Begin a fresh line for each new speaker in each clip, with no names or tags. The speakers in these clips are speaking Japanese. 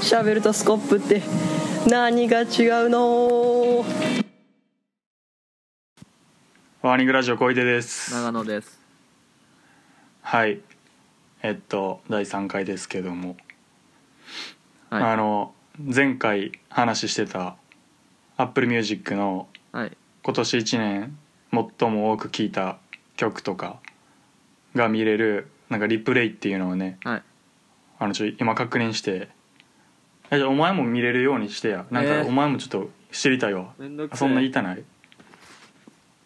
シャベルとスコップって何が違うの
ワーニングラジオ小出です
長野です
はいえっと第3回ですけども、
はい
あの前回話してた Apple Music の
はい
今年1年最も多く聴いた曲とかが見れるなんかリプレイっていうのをね
はい
あのちょ今確認してえじゃあお前も見れるようにしてやなん
え
か
ー
お前もちょっと知りたいわ、
めんどく
あ
さ
そ
い
んな言いたない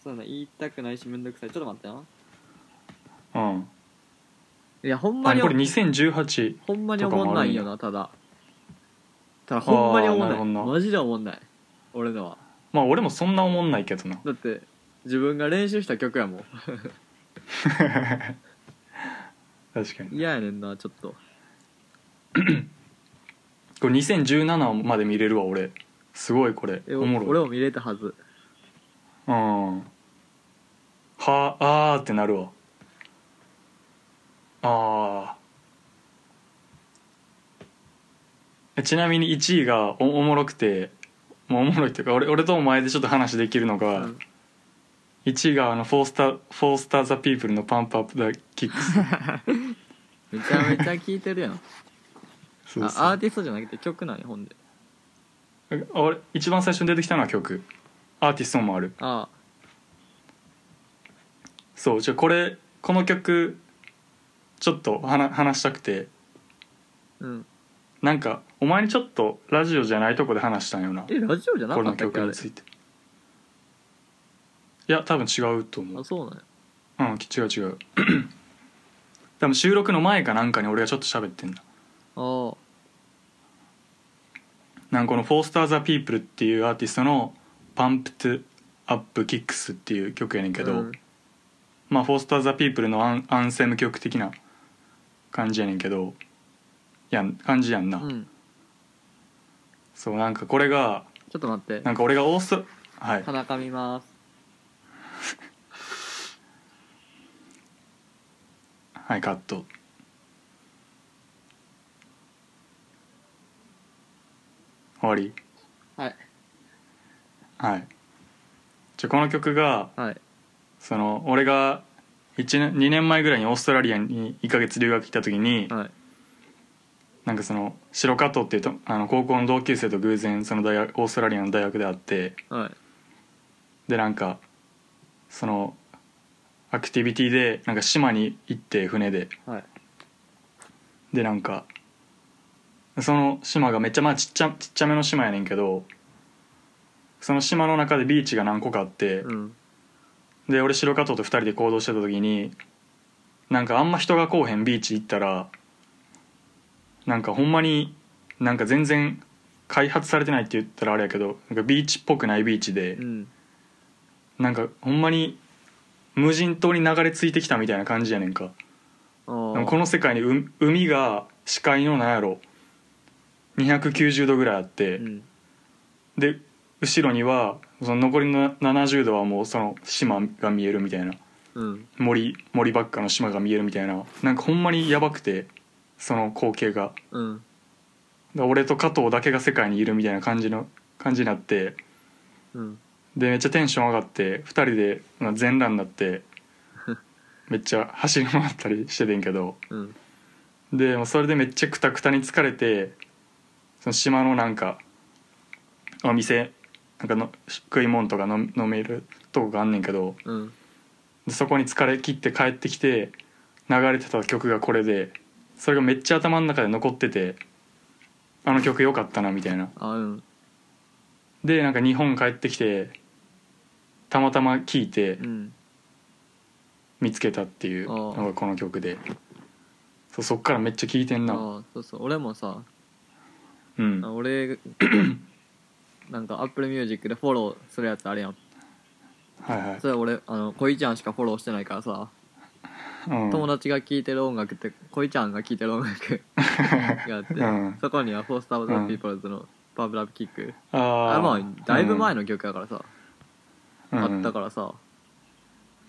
そうだね言いたくないしめんどくさいちょっと待ってよ
うん
いやほんま
あ
に
これ2018
ほんまに思んないよなただただほんまに思ん
あーな
ない
るほどな
マジで思んない俺のは
まあ俺もそんな思んないけどな
だって自分が練習した曲やもん
確かに
嫌やねんなちょっと
これ2017まで見れるわ俺すごいこれ
え
おもろい
俺も見れたはず
うんはあーってなるわあーえちなみに1位がおおもろくてもうおもろいっていうか俺俺とお前でちょっと話できるの
う
が、
ん
1位があのフォースター「フォースター・ザ・ピープル」の「パンプ・アップ・ザ・キックス
めちゃめちゃ聴いてるやん」
そうそ う
あアーティストじゃなくて曲なんやほんで
あ俺一番最初に出てきたのは曲アーティストもある
あ
そうじゃあこれこの曲ちょっと話話したくて
あうん
なんかお前にちょっとラジオじゃないとこで話したんよな
えラジオじゃな
こ
か
の
ったっけ
曲
あれ
についていや多分違うと思
あ
う
そうなんや
うんき違う違う 多分収録の前かなんかに俺がちょっと喋ってんだ
あー
なんかこの「フォースター・ザ・ピープル」っていうアーティストの「パンプ・トゥ・アップ・キックス」っていう曲やねんけど、
うん
まあ、フォースター・ザ・ピープルのアンアンセム曲的な感じやねんけどやん感じやんな、
うん
そうなんかこれが
ちょっと待って
なんか俺がオーストはい
鼻かみます
はいカット終わり
はい
はいじゃあこの曲が
はい
その俺が1年2年前ぐらいにオーストラリアに1ヶ月留学来た時に、
はい
なんかその白加藤っていうとあの高校の同級生と偶然その大学オーストラリアの大学で会って
はい
でなんかそのアクティビティでなんか島に行って船で
はい
でなんかその島がめっちゃまあちっちゃちっちゃめの島やねんけどその島の中でビーチが何個かあって、
うん
で俺白加藤と2人で行動してた時になんかあんま人が来おへんビーチ行ったらなんかほんまになんか全然開発されてないって言ったらあれやけどなんかビーチっぽくないビーチで、
うん
なんかほんまに無人島に流れ着いてきたみたいな感じやねんか
あ
でも
ー
この世界にう海が視界のなんやろ290度ぐらいあって、
うん
で後ろにはその残りの70度はもうその島が見えるみたいな
うん
森森ばっかの島が見えるみたいななんかほんまにやばくてその光景が
うん
だ俺と加藤だけが世界にいるみたいな感じの感じになって
うん
でめっちゃテンション上がって2人でまあ全裸になって めっちゃ走り回ったりしててんけど
うん
でもうそれでめっちゃクタクタに疲れてその島のなんかお店なんかの食い物とか飲飲めるとこがあんねんけど
うん
でそこに疲れ切って帰ってきて流れてた曲がこれでそれがめっちゃ頭の中で残っててあの曲良かったなみたいな
あうん
でなんか日本帰ってきてたまたま聴いて
うん
見つけたっていう
あ
の
ー
がこの曲でそうそっからめっちゃ聴いてん
あ
な
ーそうそう俺もさ
うん
あ 俺なんか Apple Music でフォローするやつあるやん
はいはい
それ俺あの恋ちゃんしかフォローしてないからさ
うん
友達が聴いてる音楽って恋ちゃんが聴いてる音楽があって
うん
そこには「フォースター・オブ・
う
ザ・
ん
ピープルズ」の「パブ・ラブ・キック」
あ
あ
ー
まあだいぶ前の曲やからさ
うん
あったからさ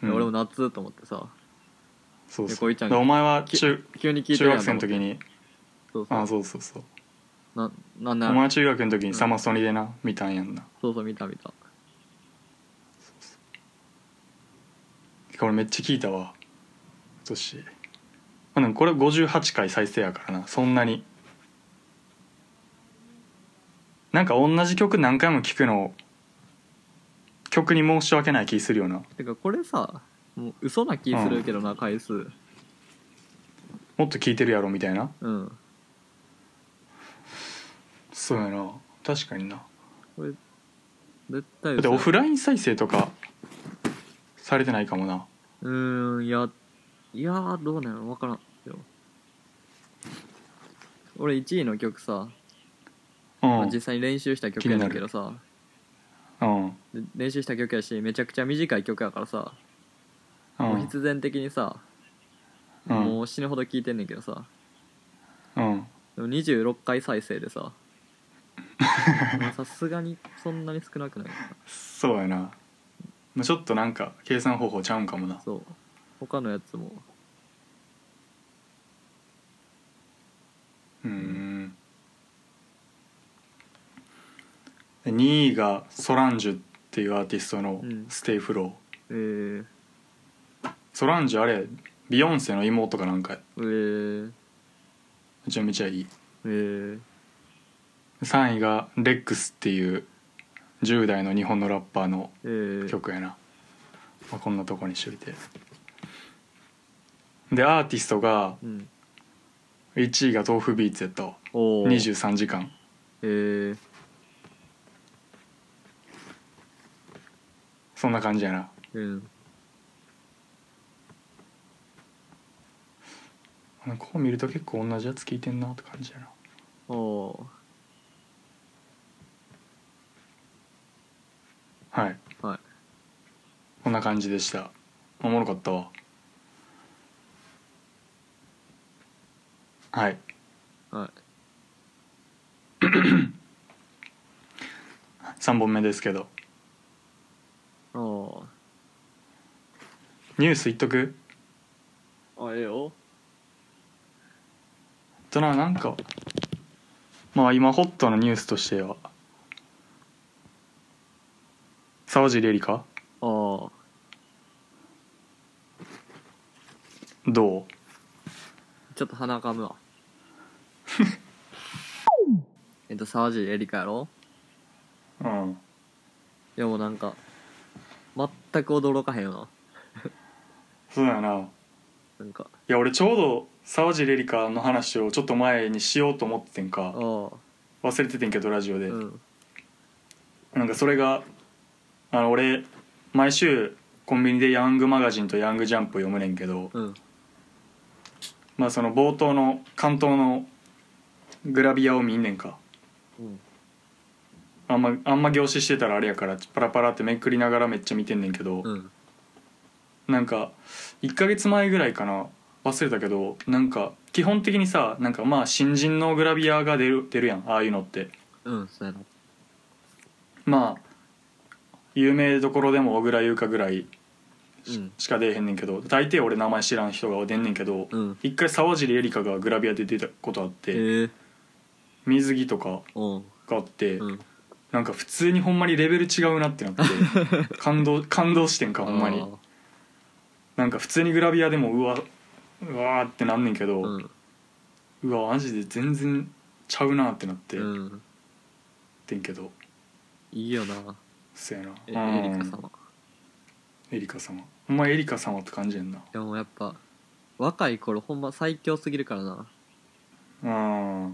うん
俺も夏と思ってさ
そう
で
そ
こ
う
いちゃん
でお前は中
急に聴いて
中
るやん
学
と思
生の
って
時に
そうそう
あそうそうそう
ななん
お
な
前
ん
は中学の時にサマソニでな見たんやんな
そうそう見た見た
これめっちゃ聞いたわ今年まあでもこれ58回再生やからなそんなになんか同じ曲何回も聴くの曲に申し訳ない気するよな
てかこれさもう嘘な気するけどな、回数
もっと聴いてるやろみたいな
うん
そうやな確かにな
これ絶対
だって
嘘
オフライン再生とかされてないかもな
うーんいやいやーどうなの分からんでも俺1位の曲さ、
うん
まあ
うん
実際に練習した曲やねんけどさ
うん
で練習した曲やしめちゃくちゃ短い曲やからさ、もう必然的にさ、
うん
もう死ぬほど聴いてんねんけどさ
うん
でも26回再生でさまあさすがにそんなに少なくない
そうやなまあちょっとなんか計算方法ちゃうんかもな
そう他のやつも
うん2位がソランジュっていうアーティストの
うん
「ステイフロ
え
ー、
ー、
ソランジュあれビヨンセの妹かなんか
えー、
めちゃめちゃいい
えー、
3位がレックスっていう10代の日本のラッパーの
えー、
曲やな、まあ、こんなとこにしといてでアーティストが
うん
1位が豆腐ビーツやったわ
おお
23時間
えー、
そんな感じやな
うん
なんかこう見ると結構同じやつ聞いてんなって感じやな
おお
はい
ーはい
こんな感じでしたおもろかったわはい
はい
3本目ですけど
おお
ニュース言っとく
あええよ
とななんかまあ今ホットなニュースとしては沢尻エリカ
ああ
どう
ちょっと鼻かむわ えっと沢尻エリカやろ
うん
でもなんか全く驚かへんよな
そうやな
なんか
いや俺ちょうど沢尻エリカの話をちょっと前にしようと思っててん
あ
か
あ
忘れててんけどラジオで、
うん
なんかそれがあの俺毎週コンビニでヤングマガジンとヤングジャンプを読むねんけど、
うん
まあその冒頭の関東のグラビアを見んねんか
うん
あんまあんま凝視してたらあれやからパラパラってめくりながらめっちゃ見てんねんけど、
うん
なんか1ヶ月前ぐらいかな忘れたけどなんか基本的にさなんかまあ新人のグラビアが出る出るやんああいうのって
うんそうやな
まあ有名どころでも小倉優香ぐらい
うん
しか出えへんねんけど大抵俺名前知らん人が出んねんけど、
うん
一回沢尻エリカがグラビアで出たことあって、
ええ
水着とか
おう
があって、
うん
なんか普通にほんまにレベル違うなってなって 感動感動してんかほんまに
あー
なんか普通にグラビアでもうわうわーってなんねんけど、
う
うんわマジで全然ちゃうなってなって、
うん
てんけど
いいよな
そやな
え
うん
エリカ様
エリカ様ほんまエリカ様って感じやんな
でもやっぱ若い頃ほんま最強すぎるからな
うん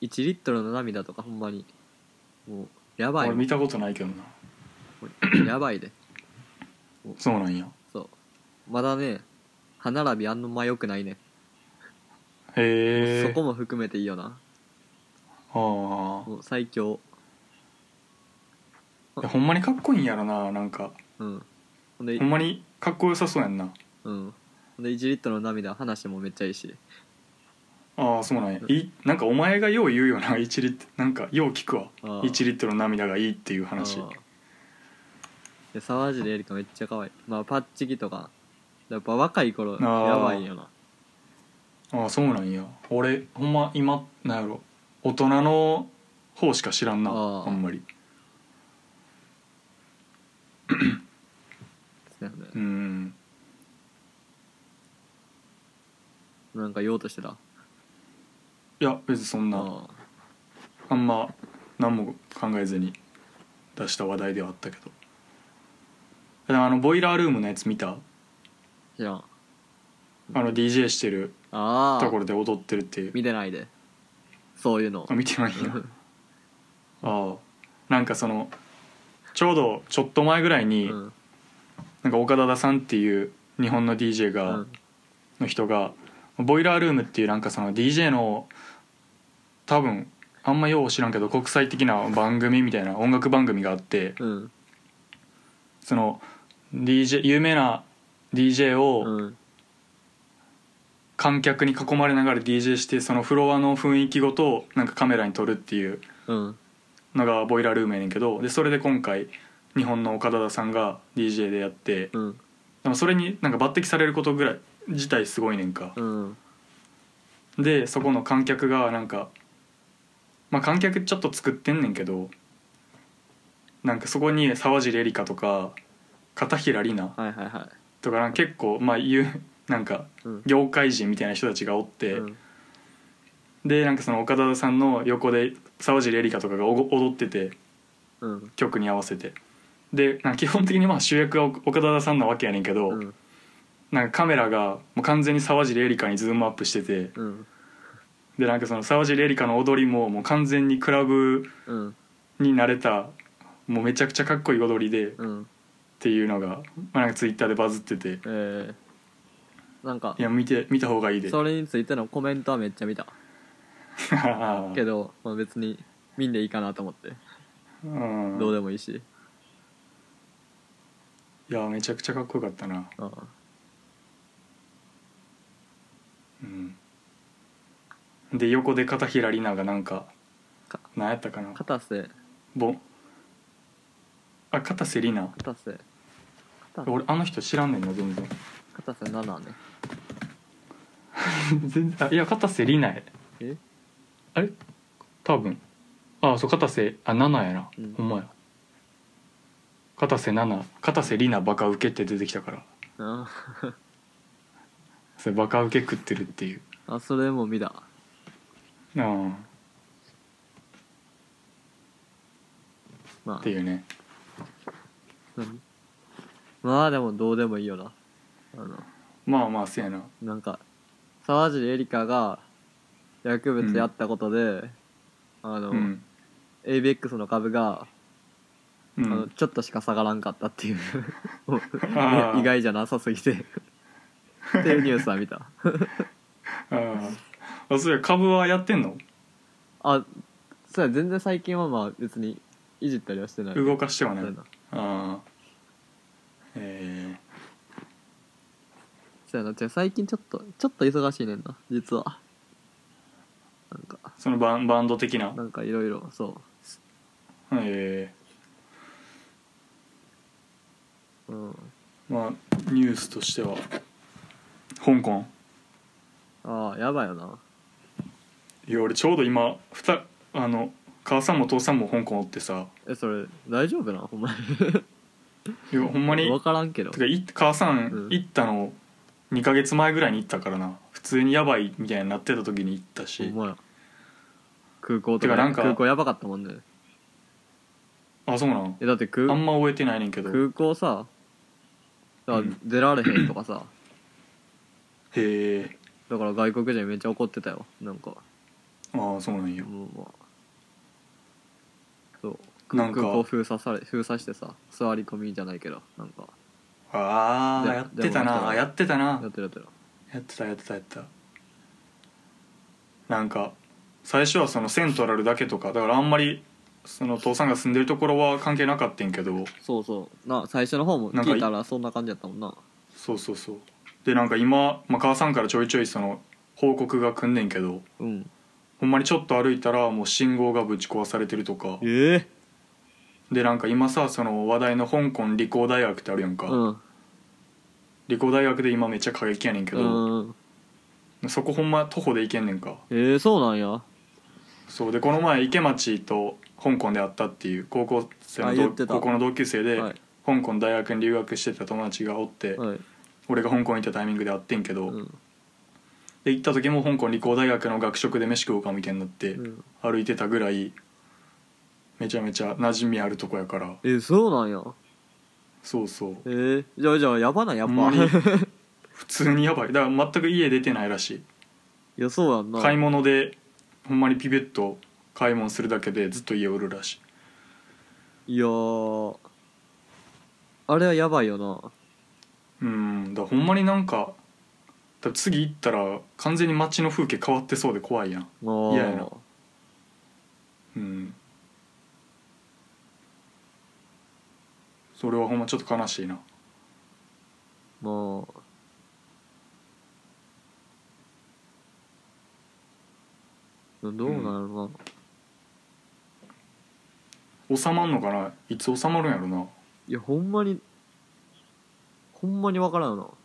1リットルの涙とかほんまにもうやばい
俺見たことないけどな
やばいで
そうなんや
そうまだね歯並びあんま良くないね、
へえ
そこも含めていいよな
ああ
もう最強
いやほんまにかっこいいんやろななんか
うんほんで
ほんまにかっこよさそうやんな
うんほんで1リットルの涙話もめっちゃいいし
ああそうなんやいなんかお前がよう言うよな1リット ルなんかよう聞くわ
あー
1リットルの涙がいいっていう話
あーで沢尻エリカめっちゃ可愛いまあパッチギとかやっぱ若い頃
ー
やばいよな
ああそうなんや俺ほんま今なんやろ大人の方しか知らんな
あ
あ
ー
んまり
そうやね
うん
なんか言おうとしてた
いや別にそんな
あ
あんま何も考えずに出した話題ではあったけどでもあのボイラールームのやつ見た
ー知らんあ
あの DJ してる
あ
ところで踊ってるっていう
見てないでそういうの
あ見てないやああなんかそのちょうどちょっと前ぐらいに、
うん
なんか岡田さんっていう日本の DJ
う
が、
ん
の人がボイラールームっていうなんかその DJ の多分あんまよう知らんけど国際的な番組みたいな音楽番組があって
うん
その DJ 有名な DJ を
うん
観客に囲まれながら DJ してそのフロアの雰囲気ごとなんかカメラに撮るっていう
うん
のがボイラールームやねんけどでそれで今回日本の岡田さんが DJ でやって
うん
でもそれになんか抜擢されることぐらい自体すごいねんか。
うん
でそこの観客がなんかまあ観客ちょっと作ってんねんけどなんかそこに沢尻エリカとか片平里奈
はいはいは
とかなんか結構まあいう なんか
いうん
業界人みたいな人たちがおって、
うん
でなんかその岡田さんの横で沢尻エリカとかがおご踊ってて
うん
曲に合わせてでなんか基本的にまあ主役は岡田さんなわけやねんけど、
うん
なんかカメラがもう完全に沢尻エリカにズームアップしてて。
うん
でなんかその沢尻エリカの踊りももう完全にクラブ
うん
に慣れたもうめちゃくちゃかっこいい踊りでっ
うん
ていうのが、まあ、なんかツイッターでバズってて
えー、なんか
いや見て見た方がいいで
それについてのコメントはめっちゃ見た
あ
け
ー
ど、まあ、別に見んでいいかなと思って
うん
どうでもいいし
いやめちゃくちゃかっこよかったな
あ
うんで横で片平里奈がなんか
か
何やったかな
片瀬
ぼあ片瀬里奈
片瀬片瀬
俺あの人知らんねんな全然
片瀬7ね
全然あいや片瀬里奈や
え
あれ多分あそう片瀬あ7やな、
うん
ほんまや片瀬7片瀬里奈バカウケって出てきたから
あ
それバカウケ食ってるっていう
あそれも見た
ああ
ま
って
あ
いうね
うんまあでもどうでもいいよなあの
まあまあせやな
なんか沢尻エリカが薬物やったことで、あの、
うん
ABX の株が、
う
あの
ん
ちょっとしか下がらんかったっていう
あー
意外じゃなさすぎてっていうニュースは見た
あああそうや株はやってんの
あそうや全然最近はまあ別にいじったりはしてない
動かしては
そ
な
うや
い
な
ああえ
そうやなじゃあ最近ちょっとちょっと忙しいねんな実はなんか
ー、そのバンバンド的な
なんかいろいろそ
え
ううん
ー、まあニュースとしては香港
ああやばいよない
や俺ちょうど今ふたあの母さんも父さんも香港おってさ
えそれ大丈夫なほんま
いやほんま
に
に
分からんけど
てかい母さ
うんん
行ったの2ヶ月前ぐらいに行ったからな普通にやばいみたいになってた時に行った
ほ
し
んまや空港と
て
か
かなんか
空港やばかったもんね
あそうなん
えだって
あ
空
んま覚えてないねんけどへ
空港さだから
うん
出られへんとかさ
え
だから外国人めっちゃ怒ってたよなんか
ああそうなんや
もうまあそう
なんか
空港封鎖され封鎖してさ座り込みじゃないけどなんか
ああ
で
やって
で
た
もなん
な
か
やってたな
やってるやってる
やってたやってたやってたなんか最初はそのセントラルだけとかだからあんまりその父さんが住んでるところは関係なかったんけど
そうそうな最初の方も
なんかい
聞いたらそんな感じやったもんな
そうそうそうでなんか今、まあ、母さんからちょいちょいその報告が来んねんけど
うん
ほんまにちょっと歩いたらもう信号がぶち壊されてるとか
ええ
でなんか今さその話題の香港理工大学ってあるやんか、
うん
理工大学で今めっちゃ過激やねんけ
う
ど、
んうん
そこほんま徒歩で行けんねんか
ええそうなんや
そうでこの前池町と香港で会ったっていう高校生
あ
の
言っ
同
てた
高校の同級生で、
はい
香港大学に留学してた友達がおって、
はい
俺が香港に行ったタイミングで会ってんけど、
うん
で行った時も香港理工大学の学食で飯食おうかみたいになって、
うん
歩いてたぐらいめちゃめちゃ馴染みあるとこやから
えそうなんや
そうそう
えー、じゃあじゃあや ばないやっ
ほ
ぱ
んまに
い
普通にやばいだから全く家出てないらしい
やそうやんな
買い物でほんまにピピッと買い物するだけでずっと家おるらしい
いやーあれはやばいよな
うんだからほんまになんか多分次行ったら完全に街の風景変わってそうで怖いやん
ああ
嫌やなうんそれはほんまちょっと悲しいな
まあどうなんやろな、
収まんのかないつ収まるんやろない
やほんまにほんまにわからんよ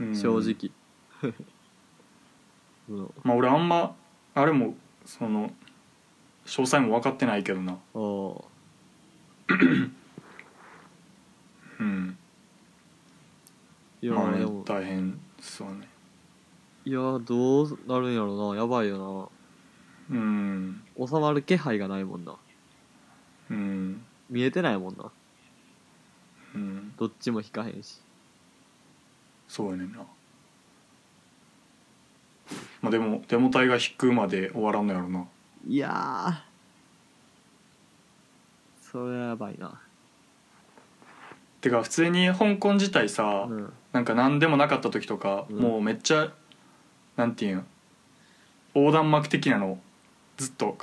うん
な正直、 うん、
まあ俺あんまあれもその詳細も分かってないけどな
あー
うん
いや
まあ
ー
ね
でも
大変そうね
いやーどうなるんやろなやばいよ
うん
な収まる気配がないもんな
うん
見えてないもんな
うん
どっちも引かへんし
そうやねんなまあでもデモ隊が引くまで終わらんのやろない
やーそれはやばいな
てか普通に香港自体さ、
うん
なんか何でもなかった時とか、
うん
もうめっちゃなんていうん横断幕的なのずっと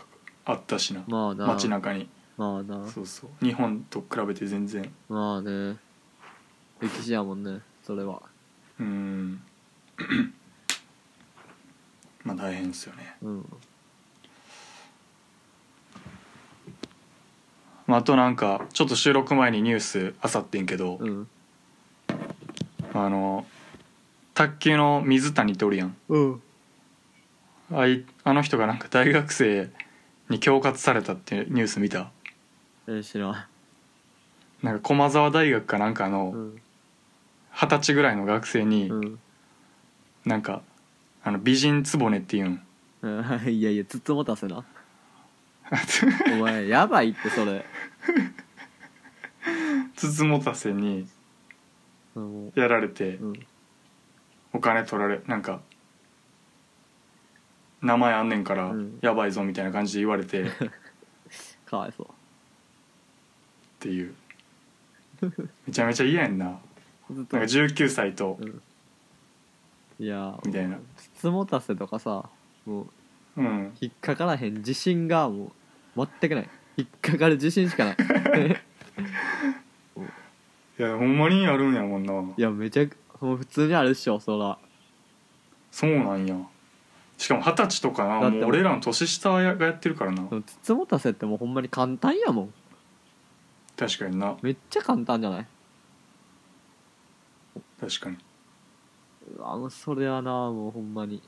あったしな
まあな
街中に
まあな
そうそう日本と比べて全然
まあね歴史やもんねそれは
うーん まあ大変ですよね、
うん
まあ、あとなんかちょっと収録前にニュースあさってんけど、
うん
あの卓球の水谷っておるやん
うん
あいあの人がなんか大学生に恐喝されたってニュース見た
えー、知らん
なんか駒澤大学かなんか
う
の
ん
二十歳ぐらいの学生に
うん
なんかあの美人局っていうん
うん いやいやつつもたせ なお前やばいってそれ
筒持たせに
うん
やられて
うん
お金取られなんか名前あんねんから
うん
やばいぞみたいな感じで言われてっ
かわいそう
て いうめちゃめちゃ嫌やんな
ずっと
なんか19歳と
うんいや
みたいな
つつもたせとかさもう
うん
引っかからへん自信がもう全くない引っかかる自信しかない
いやほんまにやるんやもんない
やめちゃくもう普通にあるっしょそら
そうなんやしかも二十歳とか
だ
な
って
もう俺らの年下がやってるからな
でもつつもたせってもうほんまに簡単やもん
確かにな
めっちゃ簡単じゃない
確かに
うわもうそれはなもうほんまにい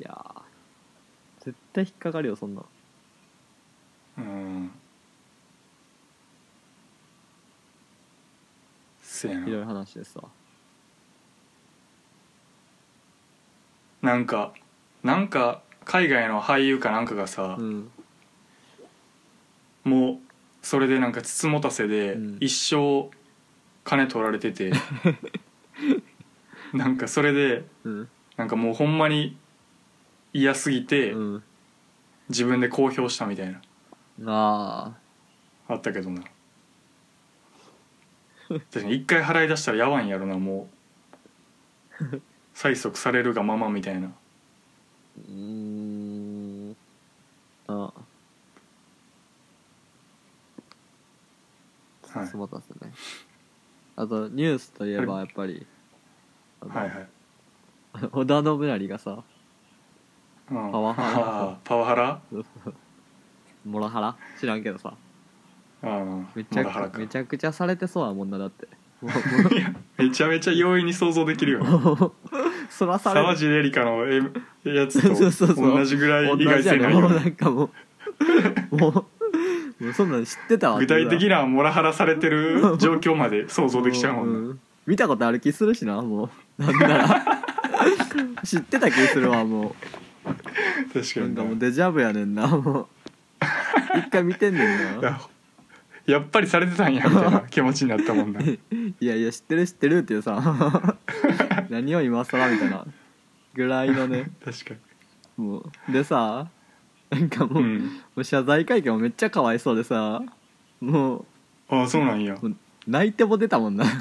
やー絶対引っかかるよそんなん
うんせや
ひど
ない
話でさ
なんかなんか海外の俳優かなんかがさ
う、ん
もうそれでなんかつもたせで
うん
一生金取られ てて、なんかそれで
うん
なんかもうほんまに嫌すぎて
うん
自分で公表したみたいな
ああ
あったけどな確かに一回払い出したらやばいんやろなもう催促されるがままみたいな
うーんあ
は
つつ
い
もたせねあとニュースといえば
あ
やっぱりあの
はいはい、
織田信成がさ
うん
パワハラ
あーパワハラ
モラハラ知らんけどさ
うん
めちゃ
モラハラ
く
か
めちゃくちゃ されてそうやもんなだっても
めちゃめちゃ容易に想像できるよね
うもうそらされる
沢尻エリカのえやつ
そうそうそ
と
うそう
同じぐらい意外性ない
も
よ
う
ね
なんかもうもうもうそんなの知ってたわ
具体的
な
なモラハラされてる状況まで想像できちゃうもんな、
見たことある気するしなもうなんなら 知ってた気するわも
確
う
か
なんかもう
にな
デジャブやねんなもう一回見てんねんな
ややっぱりされてたんやみた いな気持ちになったもんな
いやいや知ってる知ってるっていうさ何を今更みたいなぐらいのね
確かに
もうでさなんかもう,、
う
も
ん
う謝罪会見もめっちゃかわいそうでさもう
ああそうなんや
もう泣いても出たもんなもう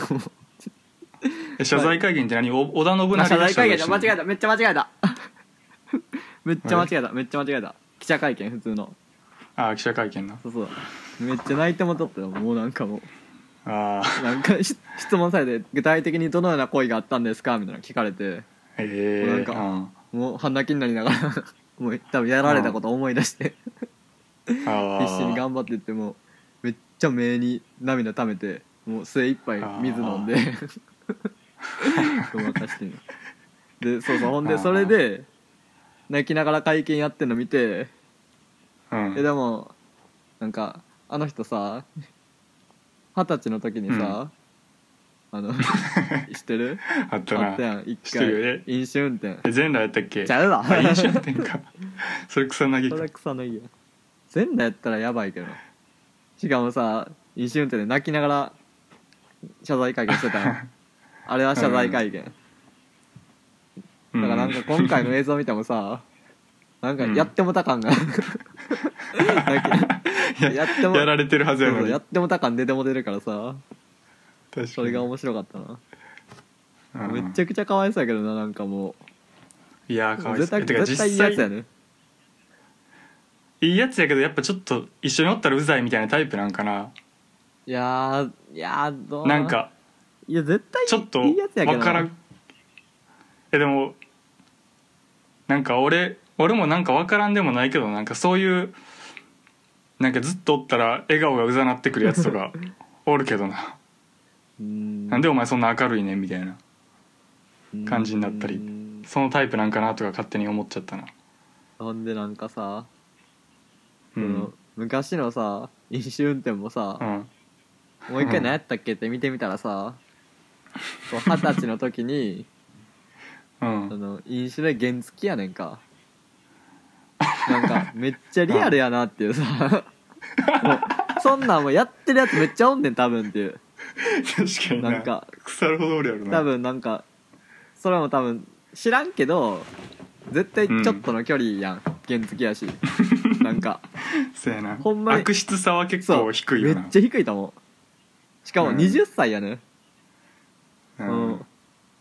え謝罪会見って何お織田信長
あ
が
謝罪会見
謝
だ
罪
間
して
違え
んの
ためっちゃ間違えた めっちゃ間違えためっちゃ間違えた記者会見普通の
ああ記者会見な
そうそうめっちゃ泣いてもとったよもうなんかもう
ああ
なんかし質問されて具体的にどのような行為があったんですかみたいなの聞かれて
ええ
なんか
うん
もう半泣きになりながら もう多分やられたこと思い出して
ああ
必死に頑張ってってもうめっちゃ目に涙溜めてもう精一杯水飲 んでごまかしてんのでそうそうほん
あ
で
ー
それで泣きながら会見やってんの見て
うん
えでもなんかあの人さ二十歳の時にさ、あ の知ってる
あった
あ
な
ったやん一
知ってるよ
回
ね
飲酒運転
え全裸やったっけ
ちゃうわ
あ飲酒運転か それ草薙
そ
か
れ草薙や全裸やったらやばいけどしかもさ飲酒運転で泣きながら謝罪会見してた よあれは謝罪会見、
う
だからなんか今回の映像見てもさなんかやってもた感 が、
や
やっても
やられてるはず
そ
や
う
の
そう
に
やってもた感出ても出るからさ
確かに
それが面白かったな、
うん
めっちゃくちゃかわいそうやけどななんかも
いやー
う
かわいそう
絶対
てか
絶対いいやつや
実際
ね
いいやつやけどやっぱちょっと一緒におったらうざいみたいなタイプなんかない
やーいやーどう
なんか
いや絶対
ちょっと
いいやつやけど
わ
な
からんえでもなんか俺俺もなんかわからんでもないけどなんかそういうなんかずっとおったら笑顔がうざなってくるやつ とかおるけどな
うん
なんでお前そんな明るいねんみたいな感じになったり
うん
そのタイプなんかなとか勝手に思っちゃったな
ほんでなんかさ、
う
その
ん
昔のさ飲酒運転もさ
う、ん
もう一回何やったっけって見てみたらさそう二十歳の時に
う
そ
ん
の飲酒で原付きやねんかなんかめっちゃリアルやなっていうさもうそんなんもうやってるやつめっちゃおんねん多分っていう
確かにな
なんか
腐るほどおるやろな
多分なんかそれも多分知らんけど絶対ちょっとの距離やん、原付きやしなんか
そうやな
ほんまに
悪質さは結
そ
構
う
低いよな
めっちゃ低いと思うしかも
うん
20歳やね、
う
うんん、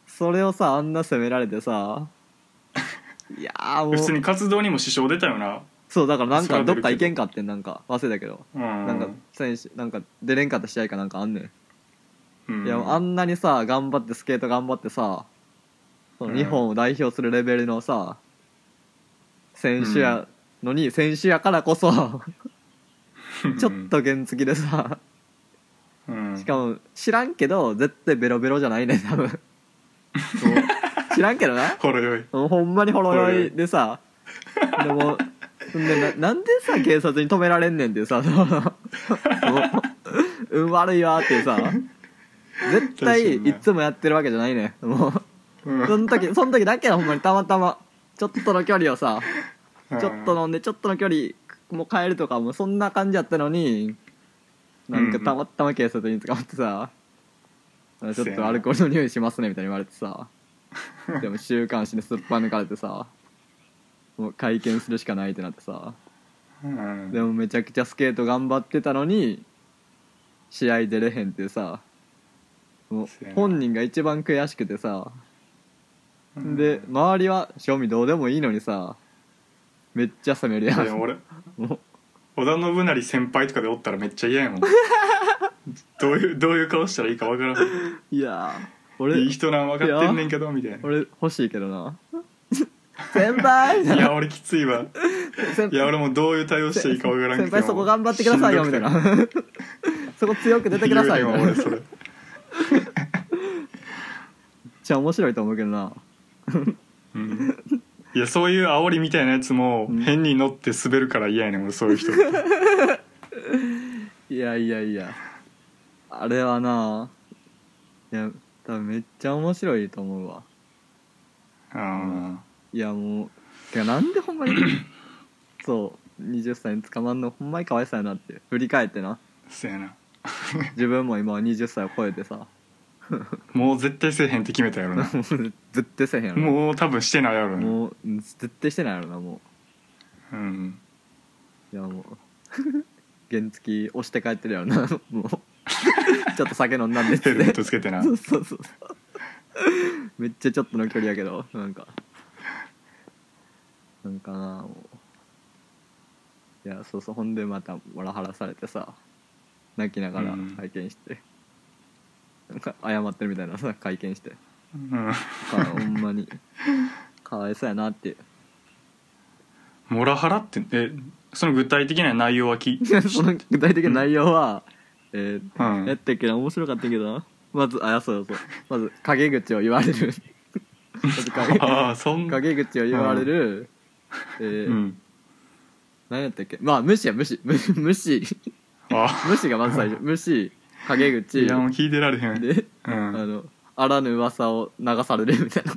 それをさあんな責められて さいやーも
普通
う
に活動にも支障出たよな
そうだからなん
それ
か
は出
ど
る
っか行けんかってんなんか忘れたけど、
うん
なんか選手なんか出れんかった試合かなんかあんねん、
うん
いやあんなにさ頑張ってスケート頑張ってさその日本を代表するレベルのさ選手やのに、選手やからこそちょっと原付でさ
うん
しかも知らんけど絶対ベロベロじゃないねん多分もう知らんけどな
ほろ酔い
もうほんまにほろ酔いでさでもほんでななんでさ警察に止められんねんっていうさその もう運悪いわっていうさ絶対
確かに
い
な
つもやってるわけじゃないねんもう
うん
その時その時だけはほんまにたまたまちょっとの距離をさ
うん
ちょっと飲んでちょっとの距離もう変えるとかもそんな感じやったのになんかたまたま警察に捕まってさ、ちょっとアルコールの匂いしますねみたいに言われてさでも週刊誌ですっぱ抜かれてさもう会見するしかないってなってさ
うん
でもめちゃくちゃスケート頑張ってたのに試合出れへんっていうさもう
そうやな
本人が一番悔しくてさ
うん
で周りは賞味どうでもいいのにさめっちゃ責めるや
でも
ん
俺
もう
織田信成先輩とかでおったらめっちゃ嫌 やもんどういうどういう顔したらいいかわからん
いやー俺
いい人なん分かってんねんけどみたいな
俺欲しいけどな 先輩
いや俺きついわ
先
いや俺もどういう対応していいかわからん
先輩そこ頑張ってくださいよみたいな そこ強く出てくださいよ
よ
みたいなめ
俺
っ
それ
ちゃ面白いと思うけどな
うんいやそういう煽りみたいなやつも
うん
変に乗って滑るから嫌やねん俺そうい う人って
いやいやいやあれはないや多分めっちゃ面白いと思うわ
あ
いやもうてかなんでほん まにそう20歳に捕まんのほんまにかわいそうやなって振り返ってな
ーそうやな
自分も今は20歳を超えてさ
もう絶対せえへんって決めたやろな
もう絶対せえへんやろ
もう多分してないやろな
もううん絶対してないやろなも
うん
ういやもう 原付き押して帰ってるやろな もうちょっと酒飲んだんでっつ
ヘ
っ
ル メッ
て
トつけてな
そうそうそうめっちゃちょっとの距離やけどなんかなんかなもういやそうそうほんでまたモラハラされてさ泣きながら
うん
会見して、なんか謝ってるみたいなさ会見して
うん
だからほんまにかわいそうやなっていう
モラハラってえその具体的な内容はき
その具体的な内容は、えー
うん
やったっけな面白かったけどなまずあやそうそうまず陰口を言われるまず陰
ああそんな
陰口を言われる、えー
うん
何やったっけまあ無視や無視無視無視
あ
無視がまず最初無視陰
い
口
やもう聞いてられへん
で、
う
あ
ん
のあらぬ噂を流されるみたいな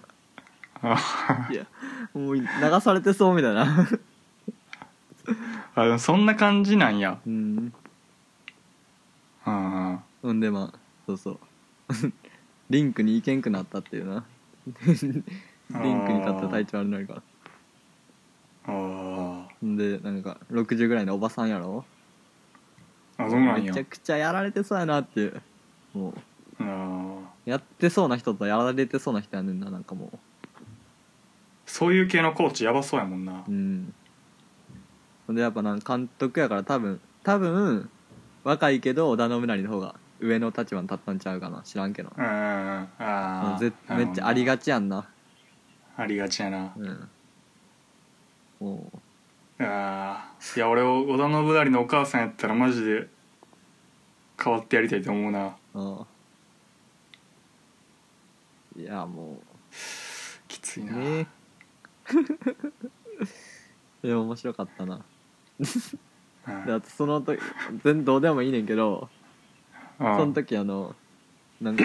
あ
いやもう流されてそうみたいな
あでもそんな感じなんや
うん
あ
ほんでまあそうそう リンクに行けんくなったっていうなリンクに立ったら体調悪くなるから
ああ
ほんでなんか60ぐらいのおばさんやろ
あそうなん
め
や
ちゃくちゃやられてそうやなっていうもう
あー
やってそうな人とやられてそうな人やねんななんかも
そういう系のコーチやばそうやもんな
ううんほんでやっぱなん監督やから多分多分若いけど織田信成の方が上の立場に立ったんちゃうかな知らんけど
うんあ
も
あ
うぜめっちゃありがちやんな
ありがちやな
うんもう
あーいや俺織田信成のお母さんやったらマジで変わってやりたいと思うな
ああいやも
きついうな、
ね でも面白かったな
うん
であとその時全どうでもいいねんけど
あ
その時あの なんか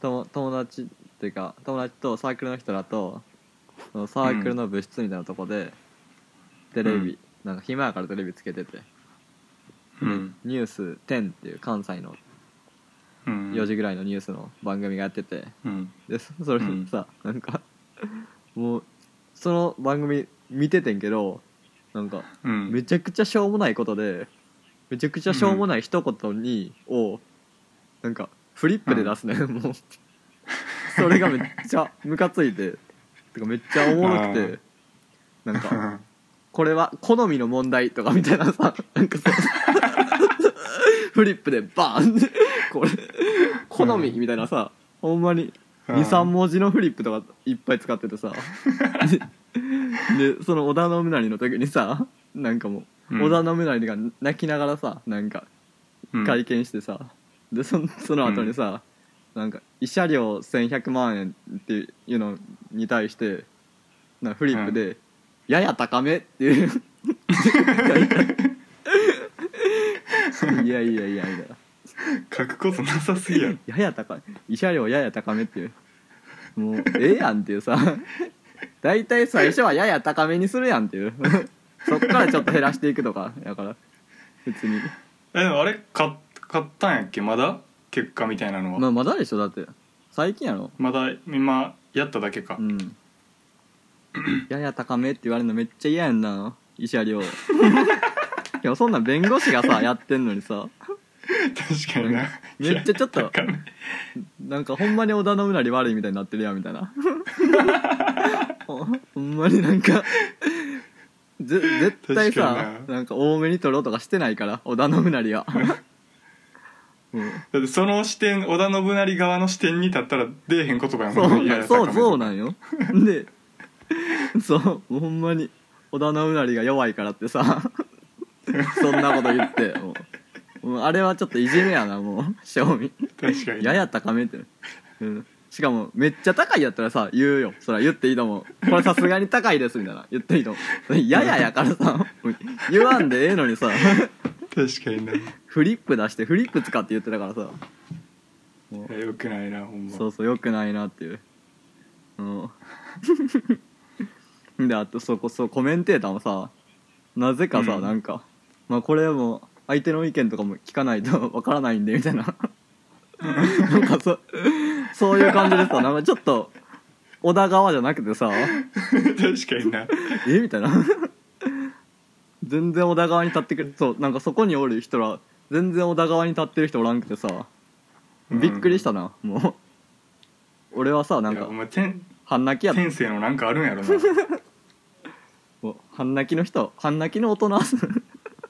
とも友達っていうか友達とサークルの人らとそのサークルの部室みたいなとこで、テレビ、なんか暇やからテレビつけてて
うん
「ニュース10」っていう関西の
うん
4時ぐらいのニュースの番組がやってて、
うん
でそそれでさ、なんかもうその番組見ててんけどなんか
うん
めちゃくちゃしょうもないことでめちゃくちゃしょうもない一言に、をなんかフリップで出すね、もうそれがめっちゃムカついててかめっちゃおもろくてなん
う
か
ん
これは好みの問題とかみたいなさなんかそうフリップでバーンってこれ好みみたいなさ、ほんまに
うん
23文字のフリップとかいっぱい使って てさででその織田信成の時にさなんかも
うん
う織田信成が泣きながらさなんか
うん
会見してさ、でそのその後にさ、なんか慰謝料1100万円っていうのに対してなんかフリップで「やや高め」って いういやいやいやいや
書くことなさすぎやろ
やや高い慰謝料やや高めっていうもうええやんっていうさ大体最初はやや高めにするやんっていうそっからちょっと減らしていくとかやから別に
えでもあれ買っ買ったんやっけまだ結果みたいなのは、
まあまだでしょだって最近やろ
まだ今やっただけか、
うんやや高めって言われるのめっちゃ嫌やんな慰謝料 いやそんなん弁護士がさやってんのにさ
確かにな
めっちゃちょっと
高め
なんかほんまに織田信成悪いみたいになってるやんみたい なほほんまになんかぜ絶対
確か
さ
に
な、んか多めに取ろうとかしてないから織田信成は うん
だってその視点織田信成側の視点に立ったら出えへんことが
そう
や
な
や
んそう
高め
そうなんよでそうもうほんまに織田信成が弱いからって さそんなこと言ってもうもうあれはちょっといじめやなもう正味
確かに
やや高めって、うん、しかもめっちゃ高いやったらさ言うよそら言っていいと思うこれさすがに高いですみたいな言っていいと思うやややからさ言わんでええのにさ
確 かにな
フリップ出してフリップ使って言ってたからさ
いやよくないなほんま
そうそうよくないなっていううん であとそこそうコメンテーターもさなぜかさ、
うん
なんか、まあ、これも相手の意見とかも聞かないと わからないんでみたいな なんかそそういう感じでさなんかちょっと小田川じゃなくてさ
確かにな
えみたいな全然小田川に立ってくるそうなんかそこにおる人ら全然小田川に立ってる人おらんくてさびっくりしたな、もう俺はさなん
いや
か
お前天
半泣きやった
天性のなんかあるんや ろな
もう半泣きの人半泣きの大人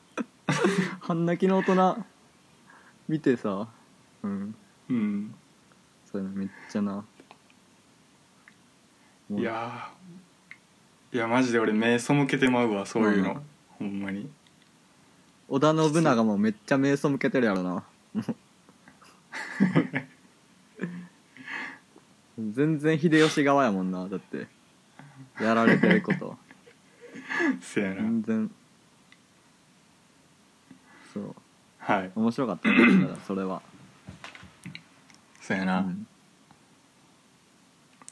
半泣きの大人見てさうん
うん
そういうのめっちゃない
やーいやマジで俺目背けてまうわそういうの、
うん
ほんまに
織田信長もめっちゃ目背けてるやろ な全然秀吉側やもんなだってやられてる こと
せやな、
全然そう
はい
面白か ったねだからそれは、
せや
う
な、
ん、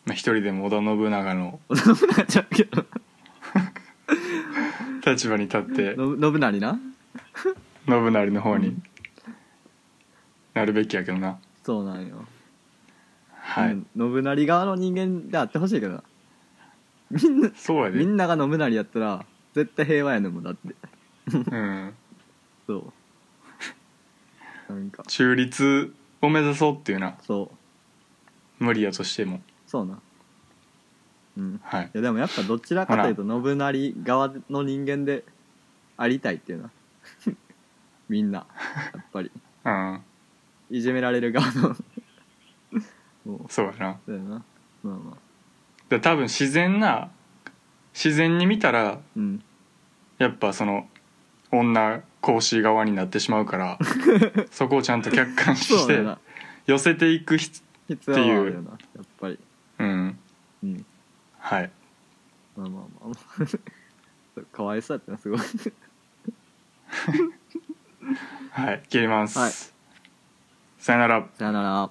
まあ、一人でも織田信長の
織田 信長ちゃうけど
立場に立って
の信成な
信成の方になるべきやけどな
そうなんよ、
はい、
うん信成側の人間であってほしいけどなみんな
そうやで
みんなが信成やったら絶対平和やねんもんだって
うん、
そう なんか
中立を目指そうっていうな
そう
無理やとしても
そうなうん
はい
いやでもやっぱどちらかというと信成側の人間でありたいっていうな みんなやっぱり
うん
いじめられる 側のもう
そうやな
そうやなまあまあ
で多分自然な自然に見たら
うん
やっぱその女講師側になってしまうから そこをちゃんと客観視し
そう
て
やな
寄せていくひつ
必要はあるよなやっぱり
うん
うん
はい
まあまあまあ まあかわいそうやったなすごい
はい切ります、
はい
さよなら
さよなら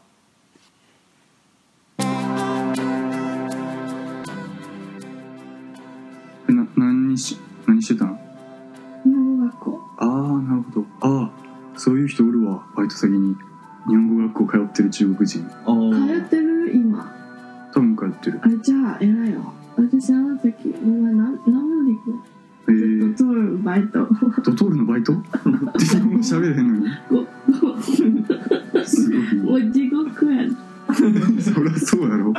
な何し何してたの
日本学校
ああなるほどああそういう人おるわバイト先に日本語学校通ってる中国人
おお
通ってる今
多分通ってる
あじゃあ偉いわ私あの時お前何何もできない
ええ
ちょっと通るバイト
ドトールのバイト日本語喋れへんのにすごい
もう地獄や
そりゃそうやろ